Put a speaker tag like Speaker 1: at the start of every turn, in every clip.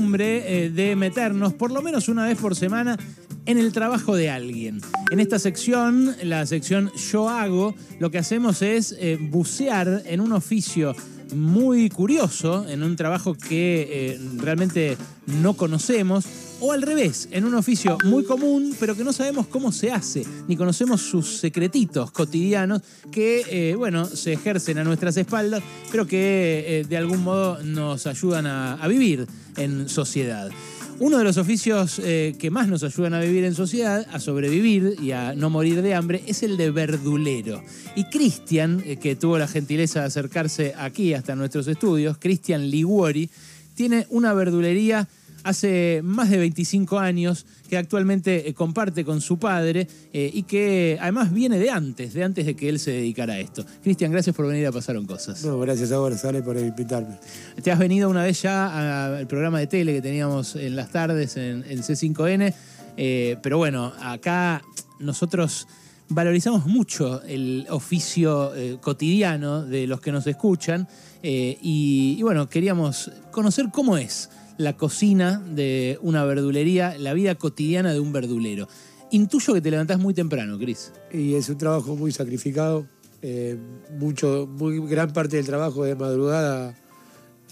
Speaker 1: costumbre eh, de meternos por lo menos una vez por semana en el trabajo de alguien. En esta sección, la sección Yo hago, lo que hacemos es eh, bucear en un oficio muy curioso, en un trabajo que eh, realmente no conocemos, o al revés, en un oficio muy común, pero que no sabemos cómo se hace, ni conocemos sus secretitos cotidianos que, eh, bueno, se ejercen a nuestras espaldas, pero que eh, de algún modo nos ayudan a, a vivir en sociedad. Uno de los oficios eh, que más nos ayudan a vivir en sociedad, a sobrevivir y a no morir de hambre, es el de verdulero. Y Cristian, eh, que tuvo la gentileza de acercarse aquí hasta nuestros estudios, Cristian Liguori, tiene una verdulería hace más de 25 años que actualmente eh, comparte con su padre eh, y que además viene de antes, de antes de que él se dedicara a esto. Cristian, gracias por venir a Pasaron Cosas.
Speaker 2: No, gracias a vos, Ale, por invitarme.
Speaker 1: Te has venido una vez ya al programa de tele que teníamos en las tardes en, en C5N, eh, pero bueno, acá nosotros valorizamos mucho el oficio eh, cotidiano de los que nos escuchan eh, y, y bueno, queríamos conocer cómo es la cocina de una verdulería, la vida cotidiana de un verdulero. Intuyo que te levantás muy temprano, Cris.
Speaker 2: Y es un trabajo muy sacrificado. eh, mucho, muy gran parte del trabajo es de madrugada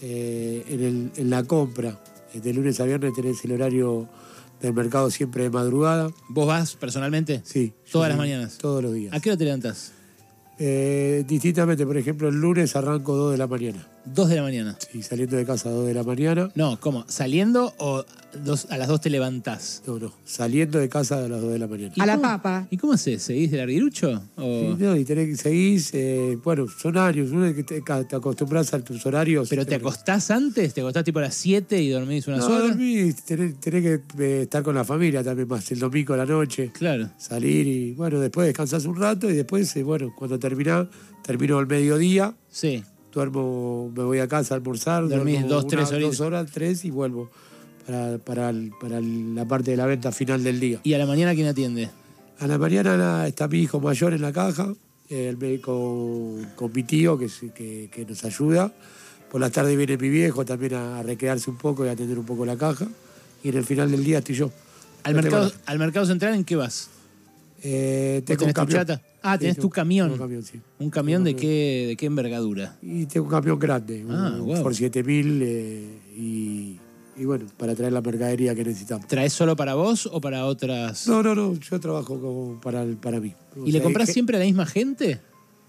Speaker 2: eh, en, el- en la compra. Eh, De lunes a viernes tenés el horario del mercado siempre de madrugada.
Speaker 1: ¿Vos vas personalmente?
Speaker 2: Sí. yo
Speaker 1: Todas las
Speaker 2: voy
Speaker 1: mañanas.
Speaker 2: Todos los días.
Speaker 1: ¿A qué hora te levantás?
Speaker 2: Eh, distintamente, por ejemplo, el lunes arranco 2 de la mañana.
Speaker 1: Dos de la mañana.
Speaker 2: Sí, saliendo de casa a 2 de la mañana.
Speaker 1: No, ¿cómo? ¿Saliendo o dos- a las dos te levantás?
Speaker 2: No, no. Saliendo de casa a las 2 de la mañana.
Speaker 1: ¿Y
Speaker 3: A la
Speaker 1: cómo-
Speaker 3: papa.
Speaker 1: ¿Y cómo haces? ¿Seguís de larguirucho?
Speaker 2: Y,
Speaker 1: O...
Speaker 2: no, y tenés que seguir, bueno, son horarios, uno es que te, te acostumbras a tus horarios.
Speaker 1: ¿Pero te acostás antes? ¿Te acostás tipo a las 7 y dormís unas
Speaker 2: No,
Speaker 1: horas?
Speaker 2: dormí, tenés, tenés que eh, estar con la familia también más, el domingo a la noche,
Speaker 1: Claro.
Speaker 2: salir y bueno, después descansás un rato y después, eh, bueno, cuando terminás, termino al mediodía,
Speaker 1: Sí.
Speaker 2: duermo, me voy a casa a almorzar,
Speaker 1: Dormís
Speaker 2: duermo
Speaker 1: dos,
Speaker 2: una-
Speaker 1: tres horitas.
Speaker 2: dos horas, tres y vuelvo para, para, el- para el- la parte de la venta final del día.
Speaker 1: ¿Y a la mañana quién atiende?
Speaker 2: A la mañana la- está mi hijo mayor en la caja, el médico con mi tío que, se- que- que nos ayuda. Por las tardes viene mi viejo también a, a recrearse un poco y a atender un poco la caja. Y en el final del día estoy yo.
Speaker 1: ¿Al,
Speaker 2: No
Speaker 1: mercado,
Speaker 2: tengo-
Speaker 1: ¿Al mercado central en qué vas?
Speaker 2: Eh, tengo un
Speaker 1: tenés tu
Speaker 2: camión.
Speaker 1: chata? Ah, tenés tu
Speaker 2: tengo-
Speaker 1: camión.
Speaker 2: tengo un camión, sí.
Speaker 1: ¿Un camión de qué, de qué envergadura?
Speaker 2: Y tengo un camión grande,
Speaker 1: Ah,
Speaker 2: un
Speaker 1: guau.
Speaker 2: Ford 7000 eh, y, y bueno, para traer la mercadería que necesitamos.
Speaker 1: ¿Traes solo para vos o para otras?
Speaker 2: No, no, no, yo trabajo como para, el- para mí. O
Speaker 1: ¿Y le
Speaker 2: sea,
Speaker 1: compras
Speaker 2: que-
Speaker 1: siempre a la misma gente?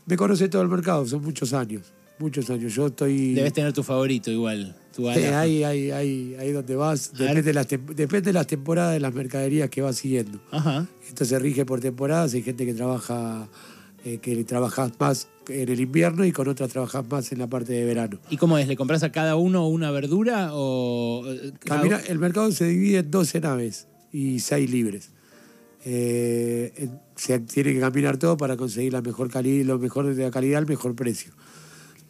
Speaker 2: Me conoce todo el mercado, son muchos años, muchos años. Yo estoy...
Speaker 1: Debes tener tu favorito igual. Tu
Speaker 2: Sí,
Speaker 1: ala.
Speaker 2: ahí, ahí, ahí, ahí donde vas.
Speaker 1: ver.
Speaker 2: Depende de, las tem- depende de las temporadas de las mercaderías que vas siguiendo.
Speaker 1: Ajá.
Speaker 2: Esto se rige por temporadas. Hay gente que trabaja, eh, que trabajas más en el invierno y con otras trabajas más en la parte de verano.
Speaker 1: ¿Y cómo es? ¿Le compras a cada uno una verdura o...? eh, cada-
Speaker 2: Camina- Ah, el mercado se divide en 12 naves y 6 libres. Eh, en- se tiene que caminar todo para conseguir la mejor calidad, lo mejor de la calidad al mejor precio.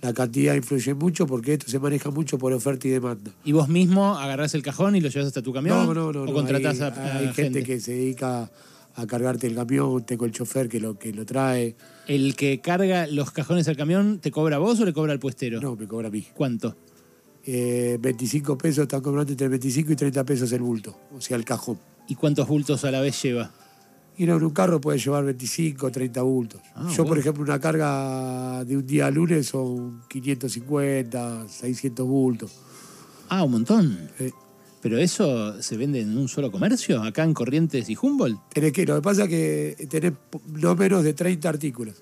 Speaker 2: La cantidad influye mucho porque esto se maneja mucho por oferta y demanda.
Speaker 1: ¿Y vos mismo agarrás el cajón y lo llevas hasta tu camión?
Speaker 2: No, no, no.
Speaker 1: ¿O
Speaker 2: no,
Speaker 1: contratás
Speaker 2: hay,
Speaker 1: a, a
Speaker 2: hay
Speaker 1: gente?
Speaker 2: gente que se dedica a cargarte el camión, tengo el chofer que lo, que lo trae.
Speaker 1: ¿El que carga los cajones al camión te cobra a vos o le cobra al puestero?
Speaker 2: No, me cobra a mí.
Speaker 1: ¿Cuánto?
Speaker 2: Eh, 25 pesos, están cobrando entre 25 y 30 pesos el bulto, o sea, el cajón.
Speaker 1: ¿Y cuántos bultos a la vez lleva?
Speaker 2: Y no, en un carro puede llevar 25, 30 bultos.
Speaker 1: Ah,
Speaker 2: Yo, por
Speaker 1: bueno.
Speaker 2: ejemplo, una carga de un día a lunes son 550, 600 bultos.
Speaker 1: Ah, un montón.
Speaker 2: Eh,
Speaker 1: ¿Pero eso se vende en un solo comercio? ¿Acá en Corrientes y Humboldt?
Speaker 2: tenés que, lo que pasa es que tenés po- no menos de 30 artículos.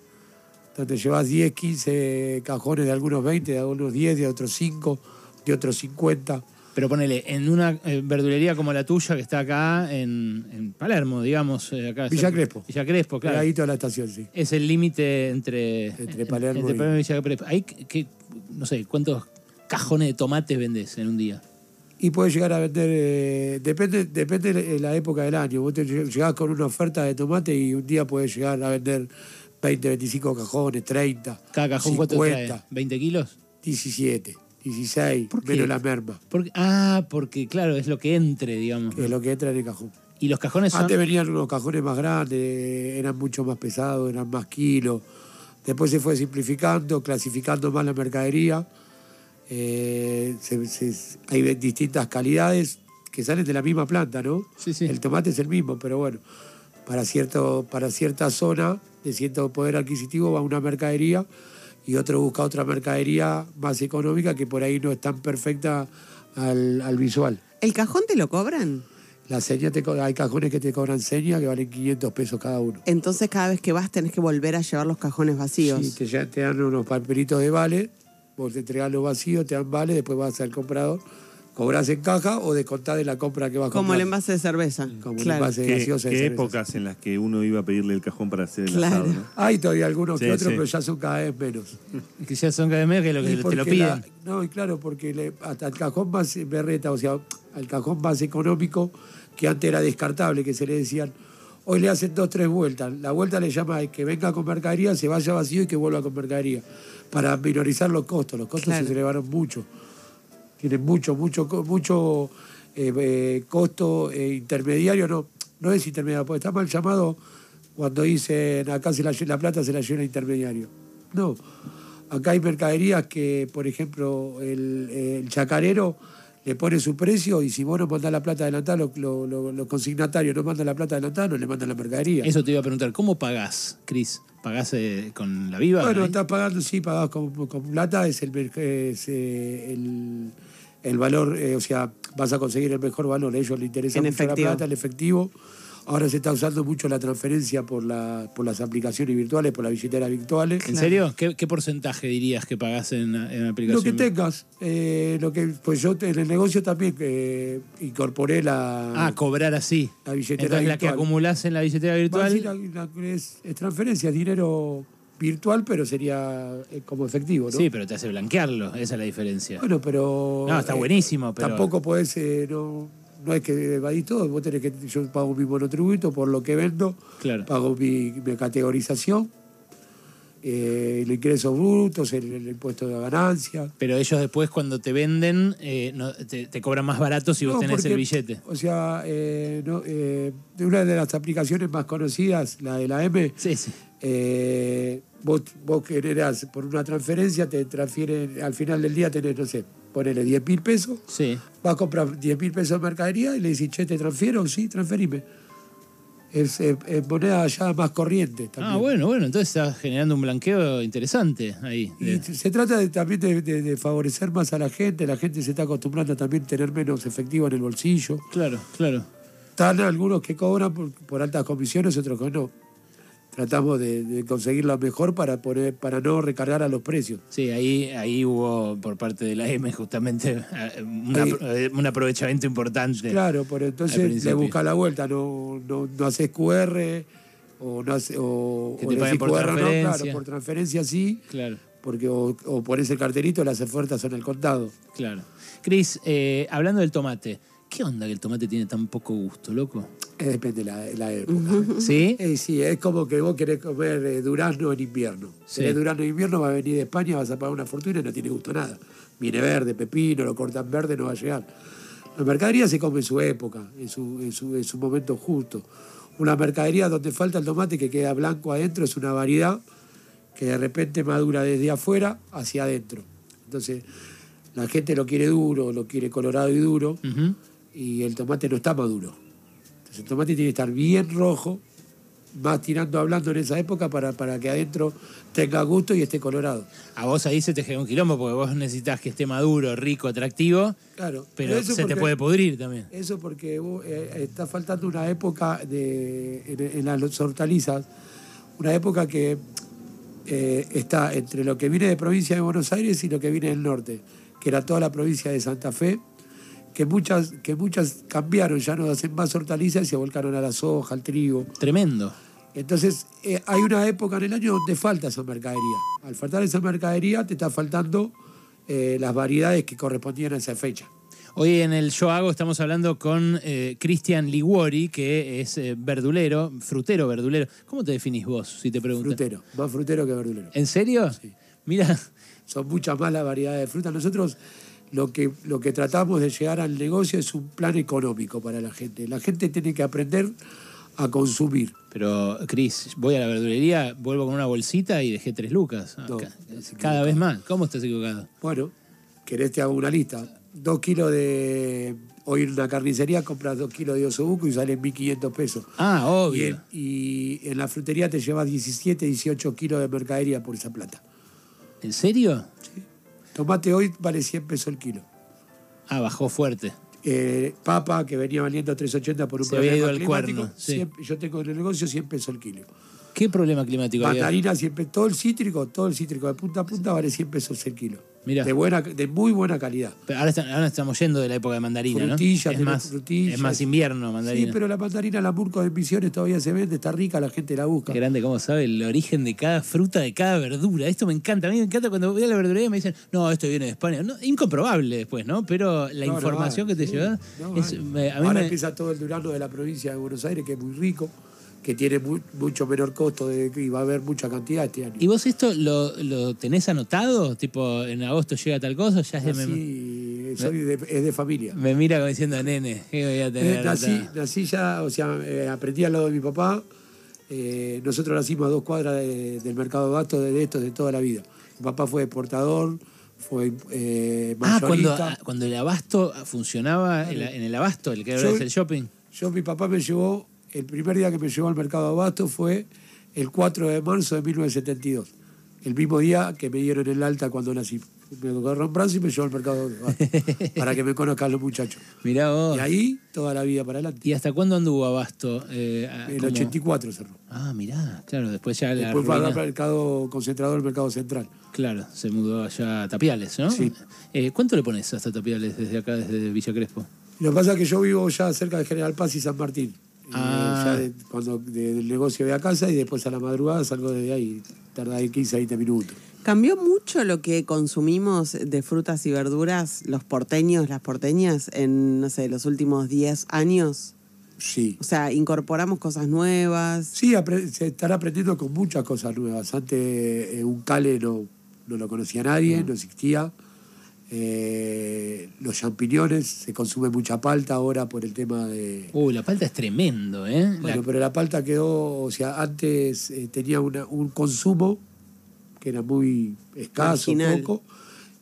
Speaker 2: Entonces llevas 10, 15 cajones de algunos 20, de algunos 10, de otros 5, de otros 50.
Speaker 1: Pero ponele, en una eh, verdulería como la tuya que está acá en, en Palermo, digamos. eh, acá
Speaker 2: Villa Crespo.
Speaker 1: Villa Crespo, claro.
Speaker 2: Pegadito a la estación, sí.
Speaker 1: Es el límite entre,
Speaker 2: Entre Palermo
Speaker 1: entre
Speaker 2: y-
Speaker 1: Palermo y Villa Crespo. Ahí, que, no sé, ¿cuántos cajones de tomates vendés en un día?
Speaker 2: Y puedes llegar a vender, eh, depende, depende de la época del año. Vos te lle- llegás con una oferta de tomate y un día puedes llegar a vender 20, 25 cajones, 30.
Speaker 1: ¿Cada cajón cuánto trae? ¿20 kilos?
Speaker 2: 17, 16,
Speaker 1: ¿Por qué?
Speaker 2: menos la merma,
Speaker 1: Porque- ah, porque claro, es lo que entre, digamos.
Speaker 2: que es lo que entra en el Ah, cajón.
Speaker 1: Y los cajones ¿ah? son...
Speaker 2: Antes venían unos cajones más grandes, eran mucho más pesados, eran más kilos. Después se fue simplificando, clasificando más la mercadería Eh, se- se- hay de- distintas calidades que salen de la misma planta, ¿no?
Speaker 1: Sí, sí.
Speaker 2: El tomate es el mismo, pero bueno, para, cierto, para cierta zona de cierto poder adquisitivo va una mercadería y otro busca otra mercadería más económica que por ahí no es tan perfecta al, al visual.
Speaker 3: ¿El cajón te lo cobran?
Speaker 2: La seña te co- hay cajones que te cobran seña que valen 500 pesos cada uno.
Speaker 3: Entonces cada vez que vas tenés que volver a llevar los cajones vacíos.
Speaker 2: Sí, te, ya- te dan unos papelitos de vale, vos te entregás los vacíos, te dan vale, después vas al comprador, cobras en caja o descontás de la compra que vas a
Speaker 3: Como
Speaker 2: comprar.
Speaker 3: el envase de cerveza.
Speaker 2: Como el
Speaker 3: claro.
Speaker 2: envase.
Speaker 4: ¿Qué,
Speaker 2: gaseosa de
Speaker 4: qué
Speaker 2: cerveza.
Speaker 4: épocas en las que uno iba a pedirle el cajón para hacer el
Speaker 3: Claro.
Speaker 4: asado, ¿no?
Speaker 2: Hay todavía algunos
Speaker 4: Sí,
Speaker 2: que otros,
Speaker 4: sí.
Speaker 2: pero ya son cada vez menos.
Speaker 1: Que ya son cada vez que lo que
Speaker 2: Y
Speaker 1: te
Speaker 2: porque
Speaker 1: lo piden.
Speaker 2: la- no, y claro, porque le- hasta el cajón más berreta, o sea, al cajón más económico, que antes era descartable, que se le decían, hoy le hacen dos, tres vueltas. La vuelta le llama que venga con mercadería, se vaya vacío y que vuelva con mercadería, para minorizar los costos. Los costos
Speaker 3: Claro.
Speaker 2: se elevaron mucho. Tienen mucho, mucho, co- mucho eh, eh, costo eh, intermediario, no, no es intermediario, porque está mal llamado cuando dicen acá se la, lle- la plata se la lleva el intermediario. No. Acá hay mercaderías que, por ejemplo, el, el chacarero le pone su precio y si vos no mandás la plata adelantada, lo- lo- lo- los consignatarios no mandan la plata adelantada, no le mandan la mercadería.
Speaker 1: Eso te iba a preguntar, ¿cómo pagás, Cris? ¿Pagás eh, con la viva?
Speaker 2: Bueno,
Speaker 1: ahí?
Speaker 2: estás pagando, sí, pagás con, con plata, es el, merc- es, eh, el, el valor, eh, o sea, vas a conseguir el mejor valor. A ellos les interesa
Speaker 3: En
Speaker 2: mucho
Speaker 3: efectivo.
Speaker 2: la plata, el efectivo. Ahora se está usando mucho la transferencia por, la, por las aplicaciones virtuales, por las billeteras virtuales.
Speaker 1: ¿En serio? ¿Qué, qué porcentaje dirías que pagás en, en la aplicación?
Speaker 2: Lo que tengas, eh, lo que, pues yo te- en el negocio también eh, incorporé la,
Speaker 1: Ah, cobrar así.
Speaker 2: la billetera
Speaker 1: Entonces la que
Speaker 2: virtual.
Speaker 1: acumulás en la billetera
Speaker 2: Vas y
Speaker 1: virtual.
Speaker 2: la- la- es, es transferencia, es dinero virtual, pero sería eh, como efectivo, ¿no?
Speaker 1: Sí, pero te hace blanquearlo, esa es la diferencia.
Speaker 2: Bueno, pero. eh,
Speaker 1: No, está buenísimo, pero-
Speaker 2: Tampoco podés. eh, no, no es que evadís todo. Vos tenés que. Yo pago mi monotributo por lo que vendo.
Speaker 1: Claro.
Speaker 2: Pago mi, mi categorización. eh, los ingresos brutos, el, el impuesto de ganancia.
Speaker 1: Pero ellos después cuando te venden eh, no- te, te cobran más barato si vos
Speaker 2: No,
Speaker 1: tenés
Speaker 2: porque,
Speaker 1: el billete.
Speaker 2: O sea, eh, no, eh, de una de las aplicaciones más conocidas, la de la M,
Speaker 1: Sí, sí.
Speaker 2: eh, vos, vos generás por una transferencia, te transfieren, al final del día tenés, no sé, ponele 10 mil pesos,
Speaker 1: Sí.
Speaker 2: Vas a comprar 10 mil pesos de mercadería y le decís, che, ¿te transfiero? Sí, transferime. Es, es- es moneda ya más corriente también.
Speaker 1: Ah, bueno, bueno, entonces estás generando un blanqueo interesante ahí.
Speaker 2: Y
Speaker 1: de-
Speaker 2: se trata de- también de, de- de favorecer más a la gente. La gente se está acostumbrando también a tener menos efectivo en el bolsillo.
Speaker 1: Claro, claro.
Speaker 2: Están algunos que cobran por, por altas comisiones, otros que no. Tratamos de, de conseguir lo mejor para, poner, para no recargar a los precios.
Speaker 1: Sí, ahí, ahí hubo por parte de la M justamente eh, una-
Speaker 2: Ahí.
Speaker 1: eh, un aprovechamiento importante.
Speaker 2: Claro, pero
Speaker 1: Al
Speaker 2: entonces le
Speaker 1: principio.
Speaker 2: busca la vuelta, no, no, no haces QR o no hace, o,
Speaker 1: Que
Speaker 2: o
Speaker 1: te
Speaker 2: le
Speaker 1: paguen
Speaker 2: decís
Speaker 1: por
Speaker 2: no,
Speaker 1: transferencia.
Speaker 2: claro, por transferencia sí,
Speaker 1: Claro.
Speaker 2: porque o, o pones el carterito, las ofertas son al contado.
Speaker 1: Claro. Cris, eh, hablando del tomate, ¿qué onda que el tomate tiene tan poco gusto, loco?
Speaker 2: Eh, depende de la, la época.
Speaker 1: ¿Sí?
Speaker 2: Eh, sí, es como que vos querés comer eh, durazno en invierno.
Speaker 1: Sí.
Speaker 2: Querés durazno en invierno, va a venir de España, vas a pagar una fortuna y no tiene gusto nada. Viene verde, pepino, lo cortan verde, no va a llegar. La mercadería se come en su época, en su, en su, en su momento justo. Una mercadería donde falta el tomate que queda blanco adentro es una variedad que de repente madura desde afuera hacia adentro. Entonces, la gente lo quiere duro, lo quiere colorado y duro,
Speaker 1: Ujú.
Speaker 2: y el tomate no está maduro. Entonces el tomate tiene que estar bien rojo, más tirando hablando en esa época para, para que adentro tenga gusto y esté colorado.
Speaker 1: A vos ahí se te genera un quilombo porque vos necesitas que esté maduro, rico, atractivo,
Speaker 2: Claro,
Speaker 1: pero se te
Speaker 2: porque-
Speaker 1: puede pudrir también.
Speaker 2: Eso porque vos, eh, está faltando una época de, en, en las hortalizas, una época que eh, está entre lo que viene de provincia de Buenos Aires y lo que viene del norte, que era toda la provincia de Santa Fe, que muchas, que muchas cambiaron, ya no hacen más hortalizas y se volcaron a la soja, al trigo.
Speaker 1: Tremendo.
Speaker 2: Entonces, eh, hay una época en el año donde falta esa mercadería. Al faltar esa mercadería, te está faltando eh, las variedades que correspondían a esa fecha.
Speaker 1: Hoy en el Yo Hago estamos hablando con eh, Cristian Liguori, que es eh, verdulero, frutero, verdulero. ¿Cómo te definís vos, si te pregunto?
Speaker 2: Frutero, más frutero que verdulero.
Speaker 1: ¿En serio? Mira,
Speaker 2: Son muchas más las variedades de frutas. Nosotros lo que, lo que tratamos de llegar al negocio es un plan económico para la gente. La gente tiene que aprender a consumir.
Speaker 1: pero Cris, voy a la verdulería, vuelvo con una bolsita y dejé tres lucas. Ah,
Speaker 2: No,
Speaker 1: ca-
Speaker 2: estás
Speaker 1: cada vez más. ¿Cómo estás equivocado?
Speaker 2: Bueno, querés te hago una lista. Dos kilos de... Hoy en una carnicería compras dos kilos de osobuco y salen 1.500 pesos.
Speaker 1: Ah,
Speaker 2: Y
Speaker 1: obvio.
Speaker 2: en, y en la frutería te llevas 17, 18 kilos de mercadería por esa plata.
Speaker 1: ¿En serio?
Speaker 2: Tomate hoy vale 100 pesos el kilo.
Speaker 1: Ah, bajó fuerte.
Speaker 2: Eh, papa, que venía valiendo 3.80 por un
Speaker 1: Se
Speaker 2: problema
Speaker 1: había ido al
Speaker 2: climático,
Speaker 1: cuerno, sí.
Speaker 2: 100 yo tengo en el negocio 100 pesos el kilo.
Speaker 1: ¿Qué problema climático había?
Speaker 2: Mandarina, 100 pesos. Todo el cítrico, todo el cítrico de punta a punta vale 100 pesos el kilo.
Speaker 1: Mirá.
Speaker 2: De, buena, de muy buena calidad.
Speaker 1: Pero Ahora, está- ahora estamos yendo de la época de mandarina, ¿no?
Speaker 2: Frutilla,
Speaker 1: Es
Speaker 2: tenés
Speaker 1: más,
Speaker 2: frutilla.
Speaker 1: es más invierno mandarina.
Speaker 2: Sí, pero la mandarina, la murco de misiones todavía se vende, está rica, la gente la busca.
Speaker 1: Qué grande, cómo sabe el origen de cada fruta, de cada verdura. Esto me encanta. A mí me encanta cuando voy a la verdulería y me dicen, no, esto viene de España. No, incomprobable después, ¿no? Pero la
Speaker 2: No, no
Speaker 1: información
Speaker 2: hay,
Speaker 1: que te
Speaker 2: sí,
Speaker 1: lleva
Speaker 2: no
Speaker 1: es,
Speaker 2: hay.
Speaker 1: me- a mí
Speaker 2: Ahora
Speaker 1: me-
Speaker 2: empieza todo el durano de la provincia de Buenos Aires, que es muy rico, que tiene mu- mucho menor costo de- y va a haber mucha cantidad este año.
Speaker 1: ¿Y vos esto lo, lo tenés anotado? Tipo, en agosto llega tal cosa, ya
Speaker 2: Ah,
Speaker 1: se me,
Speaker 2: Así, soy de- es de familia.
Speaker 1: me mira como diciendo, nene, ¿qué voy a tener?
Speaker 2: Eh, nací,
Speaker 1: anotado?".
Speaker 2: nací ya, o sea, eh, aprendí al lado de mi papá. Eh, nosotros nacimos a dos cuadras de- del mercado de gastos de estos de toda la vida. Mi papá fue exportador, fue eh,
Speaker 1: Ah,
Speaker 2: mayorista.
Speaker 1: cuando, ah, cuando el abasto funcionaba, el- en el abasto, el que ahora
Speaker 2: Yo-
Speaker 1: es el shopping.
Speaker 2: Yo, mi papá me llevó, el primer día que me llevó al mercado de abasto fue el 4 de marzo de 1972. El mismo día que me dieron el alta cuando nací. Me agarró en brazo y me llevó al mercado de abasto. para que me conozcan los muchachos.
Speaker 1: Mirá vos.
Speaker 2: Y ahí, toda la vida para adelante.
Speaker 1: ¿Y hasta cuándo anduvo abasto? Eh, ah,
Speaker 2: El
Speaker 1: como-
Speaker 2: 84 cerró.
Speaker 1: Ah, mirá, claro, después ya la
Speaker 2: Después fue al
Speaker 1: ruina-
Speaker 2: mercado concentrado, al mercado central.
Speaker 1: Claro, se mudó allá a Tapiales, ¿no?
Speaker 2: Sí.
Speaker 1: Eh, ¿Cuánto le pones hasta Tapiales desde acá, desde Villa Crespo?
Speaker 2: Lo que pasa es que yo vivo ya cerca de General Paz y San Martín. Eh,
Speaker 1: Ah.
Speaker 2: ya de- cuando de- del negocio voy a casa y después a la madrugada salgo de ahí. Tarda ahí 15, 20 minutos.
Speaker 3: ¿Cambió mucho lo que consumimos de frutas y verduras, los porteños, las porteñas, en, no sé, los últimos 10 años?
Speaker 2: Sí.
Speaker 3: O sea, incorporamos cosas nuevas.
Speaker 2: Sí, apre- se estará aprendiendo con muchas cosas nuevas. Antes eh, un cale no, no lo conocía nadie, no existía. Eh, los champiñones, se consume mucha palta ahora por el tema de...
Speaker 1: Uy, la palta es tremendo, ¿eh? La-
Speaker 2: Bueno, pero la palta quedó, o sea, antes eh, tenía una- un consumo que era muy escaso,
Speaker 3: Marginal.
Speaker 2: poco,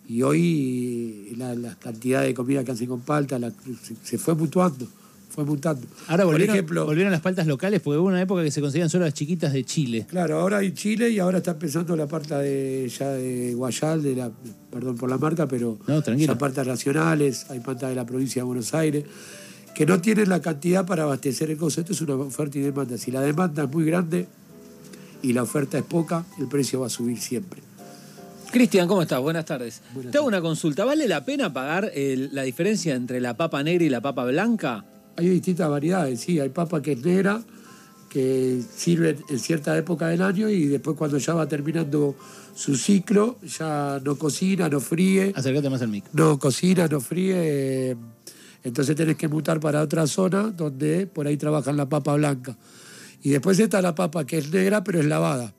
Speaker 2: y hoy eh, la, la cantidad de comida que hacen con palta la- se, se fue mutuando, fue mutando.
Speaker 1: Ahora volvieron,
Speaker 2: Por ejemplo,
Speaker 1: volvieron las paltas locales porque hubo una época que se conseguían solo las chiquitas de Chile.
Speaker 2: Claro, ahora hay Chile y ahora está empezando la parte de, ya de Guayal, de la, perdón por la marca, pero
Speaker 1: No, tranquilo.
Speaker 2: ya partes nacionales, hay plantas de la provincia de Buenos Aires, que no tienen la cantidad para abastecer el costo. Esto es una oferta y demanda. Si la demanda es muy grande y la oferta es poca, el precio va a subir siempre.
Speaker 5: Cristian, ¿cómo estás? Buenas tardes. Te hago una consulta. ¿Vale la pena pagar el- la diferencia entre la papa negra y la papa blanca?
Speaker 2: Hay distintas variedades, sí, hay papa que es negra, que sirve en cierta época del año y después cuando ya va terminando su ciclo, ya no cocina, no fríe.
Speaker 1: Acércate más al mic.
Speaker 2: no cocina, no fríe. eh, Entonces tenés que mutar para otra zona donde por ahí trabajan la papa blanca. Y después está la papa que es negra pero es lavada.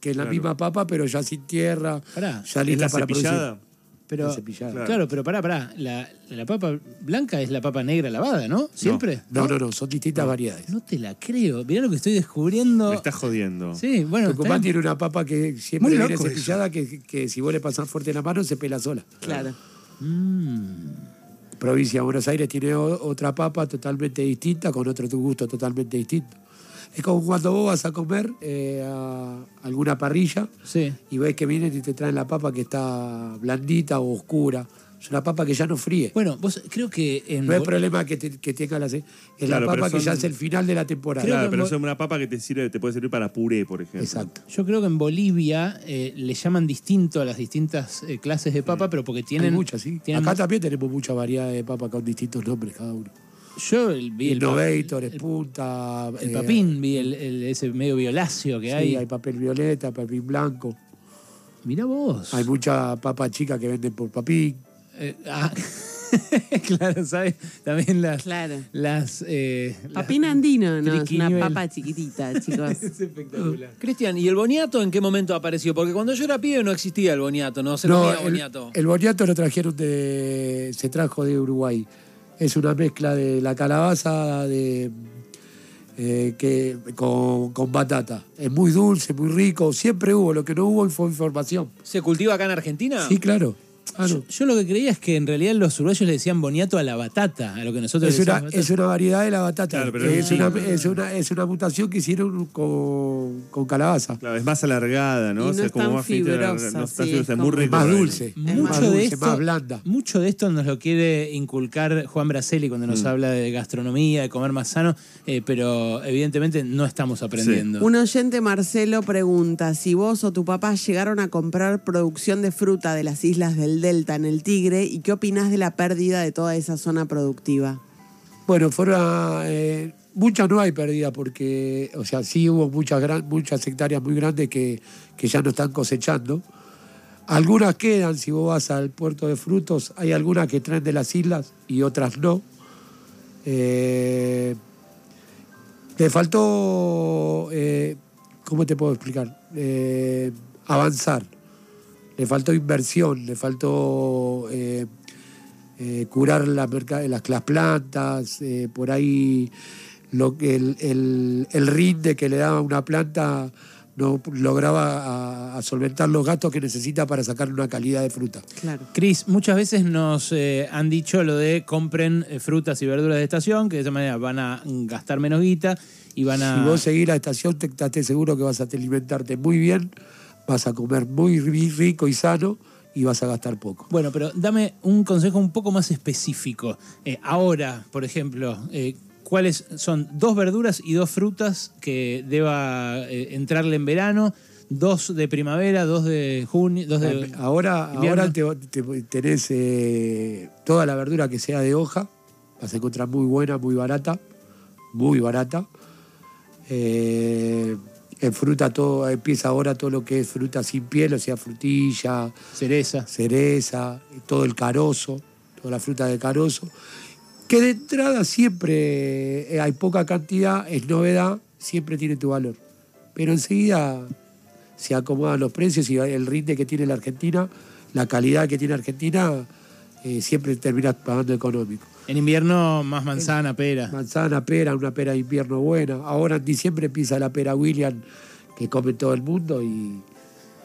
Speaker 2: Que es la misma papa pero ya sin tierra,
Speaker 1: Pará,
Speaker 2: ya
Speaker 4: ¿Es
Speaker 2: lista
Speaker 4: la
Speaker 2: para
Speaker 4: cepillada?
Speaker 2: producir.
Speaker 1: Pero,
Speaker 2: La cepillada.
Speaker 1: claro. pero pará, pará. La, la papa blanca es la papa negra lavada, ¿no? ¿Siempre?
Speaker 2: No, no, no, son distintas variedades.
Speaker 1: No te la creo. Mirá lo que estoy descubriendo.
Speaker 4: Me estás jodiendo.
Speaker 1: Sí, bueno. está
Speaker 2: Tucumán
Speaker 1: bien.
Speaker 2: tiene una papa que siempre
Speaker 1: Muy
Speaker 2: viene
Speaker 1: loco eso.
Speaker 2: cepillada que, que si vos le pasás fuerte la mano se pela sola.
Speaker 3: Claro.
Speaker 2: provincia de Buenos Aires tiene o- otra papa totalmente distinta, con otro tu gusto totalmente distinto. Es como cuando vos vas a comer eh, a alguna parrilla
Speaker 1: Sí.
Speaker 2: y ves que vienen y te traen la papa que está blandita o oscura. Es una papa que ya no fríe.
Speaker 1: Bueno, vos creo que en.
Speaker 2: No es problema que, te- que tenga la... se- Es
Speaker 4: Claro,
Speaker 2: la
Speaker 4: pero
Speaker 2: papa que
Speaker 4: son-
Speaker 2: ya es el final de la temporada.
Speaker 4: Claro,
Speaker 1: que
Speaker 4: pero
Speaker 1: mo-
Speaker 4: es una papa que te sirve, te puede servir para puré, por ejemplo.
Speaker 2: Exacto.
Speaker 1: Yo creo que en Bolivia eh, le llaman distinto a las distintas eh, clases de papa, pero porque tienen.
Speaker 2: Hay muchas, sí.
Speaker 1: tienen
Speaker 2: Acá
Speaker 1: más-
Speaker 2: también tenemos mucha variedad de papa con distintos nombres cada uno.
Speaker 1: Yo el- vi el, pa-
Speaker 2: Innovator,
Speaker 1: el-
Speaker 2: Punta...
Speaker 1: el
Speaker 2: eh,
Speaker 1: papín, vi el, el- ese medio violáceo que
Speaker 2: sí,
Speaker 1: hay.
Speaker 2: hay papel violeta, papel blanco.
Speaker 1: Mirá vos.
Speaker 2: Hay mucha papa chica que venden por papín.
Speaker 1: Eh, ah, claro, ¿sabes? También las.
Speaker 3: Claro.
Speaker 1: las eh, las-
Speaker 3: Papina andina, no, es una
Speaker 1: Triquiñuel.
Speaker 3: papa chiquitita, chicos.
Speaker 5: Cristian, ¿y el boniato en qué momento apareció? Porque cuando yo era pibe no existía el boniato, no se comía
Speaker 2: el,
Speaker 5: boniato.
Speaker 2: el boniato lo trajeron de. se trajo de Uruguay. Es una mezcla de la calabaza de, eh, que, con, con batata. Es muy dulce, muy rico. Siempre hubo. Lo que no hubo fue información.
Speaker 5: ¿Se cultiva acá en Argentina?
Speaker 2: Sí, claro. Ah, no.
Speaker 1: Yo, yo lo que creía es que en realidad los uruguayos le decían boniato a la batata, a lo que nosotros
Speaker 2: Es
Speaker 1: le
Speaker 2: una,
Speaker 1: decíamos
Speaker 2: es una variedad de la batata.
Speaker 4: Claro, pero
Speaker 2: que
Speaker 4: es
Speaker 2: es, una, es, una, es una mutación que hicieron con, con calabaza.
Speaker 4: Claro, es más alargada, ¿no?
Speaker 3: Y no es tan
Speaker 4: más finita,
Speaker 3: fibrosa,
Speaker 4: no es
Speaker 3: sí,
Speaker 4: tan
Speaker 3: es
Speaker 4: fibrosa, es
Speaker 3: como-
Speaker 4: muy rico.
Speaker 2: Más
Speaker 4: para
Speaker 2: dulce.
Speaker 1: batata.
Speaker 3: Es
Speaker 1: Mucho
Speaker 2: más
Speaker 1: de,
Speaker 2: dulce,
Speaker 1: esto,
Speaker 2: más blanda.
Speaker 1: mucho de esto nos lo quiere inculcar Juan Braceli cuando
Speaker 2: Mm.
Speaker 1: nos habla de gastronomía, de comer más sano, eh, pero evidentemente no estamos aprendiendo.
Speaker 3: Un oyente Marcelo pregunta si vos o tu papá llegaron a comprar producción de fruta de las islas del Delta en el Tigre y qué opinás de la pérdida de toda esa zona productiva.
Speaker 2: Bueno, fueron a, eh, muchas no hay pérdidas porque, o sea, sí hubo muchas, gran- muchas hectáreas muy grandes que, que ya no están cosechando. Algunas quedan, si vos vas al puerto de frutos, hay algunas que traen de las islas y otras no. Eh, le faltó, eh, ¿cómo te puedo explicar? Eh, avanzar. Le faltó inversión, le faltó eh, eh, curar las, merca- las, las plantas, eh, por ahí lo, que el, el, el rinde que le daba una planta no lograba a- a solventar los gastos que necesita para sacar una calidad de fruta.
Speaker 3: Claro.
Speaker 1: Cris, muchas veces nos eh, han dicho lo de compren eh, frutas y verduras de estación, que de esa manera van a mm, gastar menos guita y van a...
Speaker 2: Si vos seguís la estación, te, estate seguro que vas a te alimentarte muy bien, vas a comer muy ri- rico y sano y vas a gastar poco.
Speaker 1: Bueno, pero dame un consejo un poco más específico. Eh, ahora, por ejemplo, eh, ¿cuáles son dos verduras y dos frutas que deba eh, entrarle en verano? Dos de primavera, dos de junio, dos de...
Speaker 2: Eh,
Speaker 4: Ah,
Speaker 2: Ahora,
Speaker 1: invierno.
Speaker 2: ahora te, te- tenés eh, toda la verdura que sea de hoja, vas a encontrar muy buena, muy barata, muy barata. Eh, en fruta todo, empieza ahora todo lo que es fruta sin piel, o sea, frutilla,
Speaker 1: cereza.
Speaker 2: cereza, todo el carozo, toda la fruta de carozo, que de entrada siempre eh, hay poca cantidad, es novedad, siempre tiene tu valor. Pero enseguida se acomodan los precios y el rinde que tiene la Argentina, la calidad que tiene Argentina, eh, siempre terminas pagando económico.
Speaker 1: En invierno más manzana, pera.
Speaker 2: Manzana, pera, una pera de invierno buena. Ahora en diciembre empieza la pera William, que come todo el mundo y,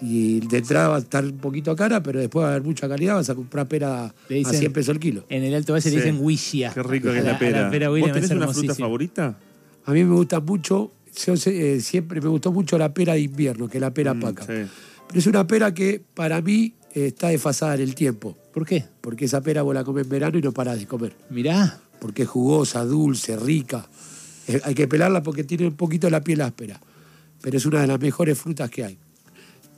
Speaker 2: y de entrada va a estar un poquito cara, pero después va a haber mucha calidad, vas a comprar pera
Speaker 1: Le dicen-
Speaker 2: a 100 pesos el kilo.
Speaker 1: En el Alto Valle
Speaker 4: Sí.
Speaker 1: le dicen huilla.
Speaker 4: Qué rico que
Speaker 1: A
Speaker 4: es
Speaker 1: a
Speaker 4: la pera.
Speaker 1: La pera
Speaker 4: ¿Vos
Speaker 1: William
Speaker 4: tenés
Speaker 1: es
Speaker 4: una fruta
Speaker 1: hermosísima.
Speaker 4: favorita?
Speaker 2: A mí me gusta mucho, yo sé, eh, siempre me gustó mucho la pera de invierno, que es la pera
Speaker 4: Mm,
Speaker 2: paca.
Speaker 4: sí.
Speaker 2: Pero es una pera que para mí eh, está desfasada en el tiempo,
Speaker 1: ¿Por qué?
Speaker 2: porque esa pera vos la comes en verano y no parás de comer.
Speaker 1: Mirá.
Speaker 2: porque es jugosa, dulce, rica. Eh, Hay que pelarla porque tiene un poquito la piel áspera, pero es una de las mejores frutas que hay.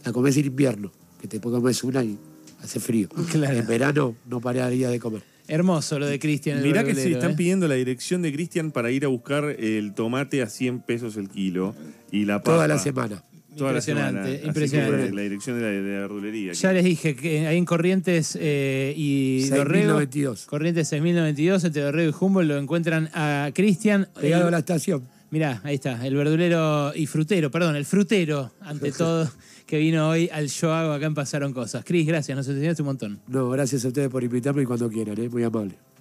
Speaker 2: La comes en invierno, que te comes una y hace frío.
Speaker 1: Claro.
Speaker 2: En verano no pararía de comer.
Speaker 1: Hermoso lo de Cristian. el
Speaker 4: Mirá que sí,
Speaker 1: verdulero,
Speaker 4: están
Speaker 1: ¿eh?
Speaker 4: pidiendo la dirección de Cristian para ir a buscar el tomate a 100 pesos el kilo y la papa.
Speaker 2: Toda la semana.
Speaker 4: Toda la
Speaker 1: Impresionante,
Speaker 4: semana. Así que
Speaker 1: impresionante.
Speaker 4: La dirección de la, de la verdulería.
Speaker 1: Ya les dije que ahí en Corrientes eh, y
Speaker 2: 6.092.
Speaker 1: Corrientes 6092, entre Dorrego y Humboldt, lo encuentran a Cristian.
Speaker 2: Pegado
Speaker 1: Eh,
Speaker 2: a la estación.
Speaker 1: Mirá, ahí está, el verdulero y frutero, perdón, el frutero, ante todo, que vino hoy al Yo Hago, acá en Pasaron Cosas. Cris, gracias, nos enseñaste un montón.
Speaker 2: No, gracias a ustedes por invitarme y cuando quieran, ¿eh? muy amable.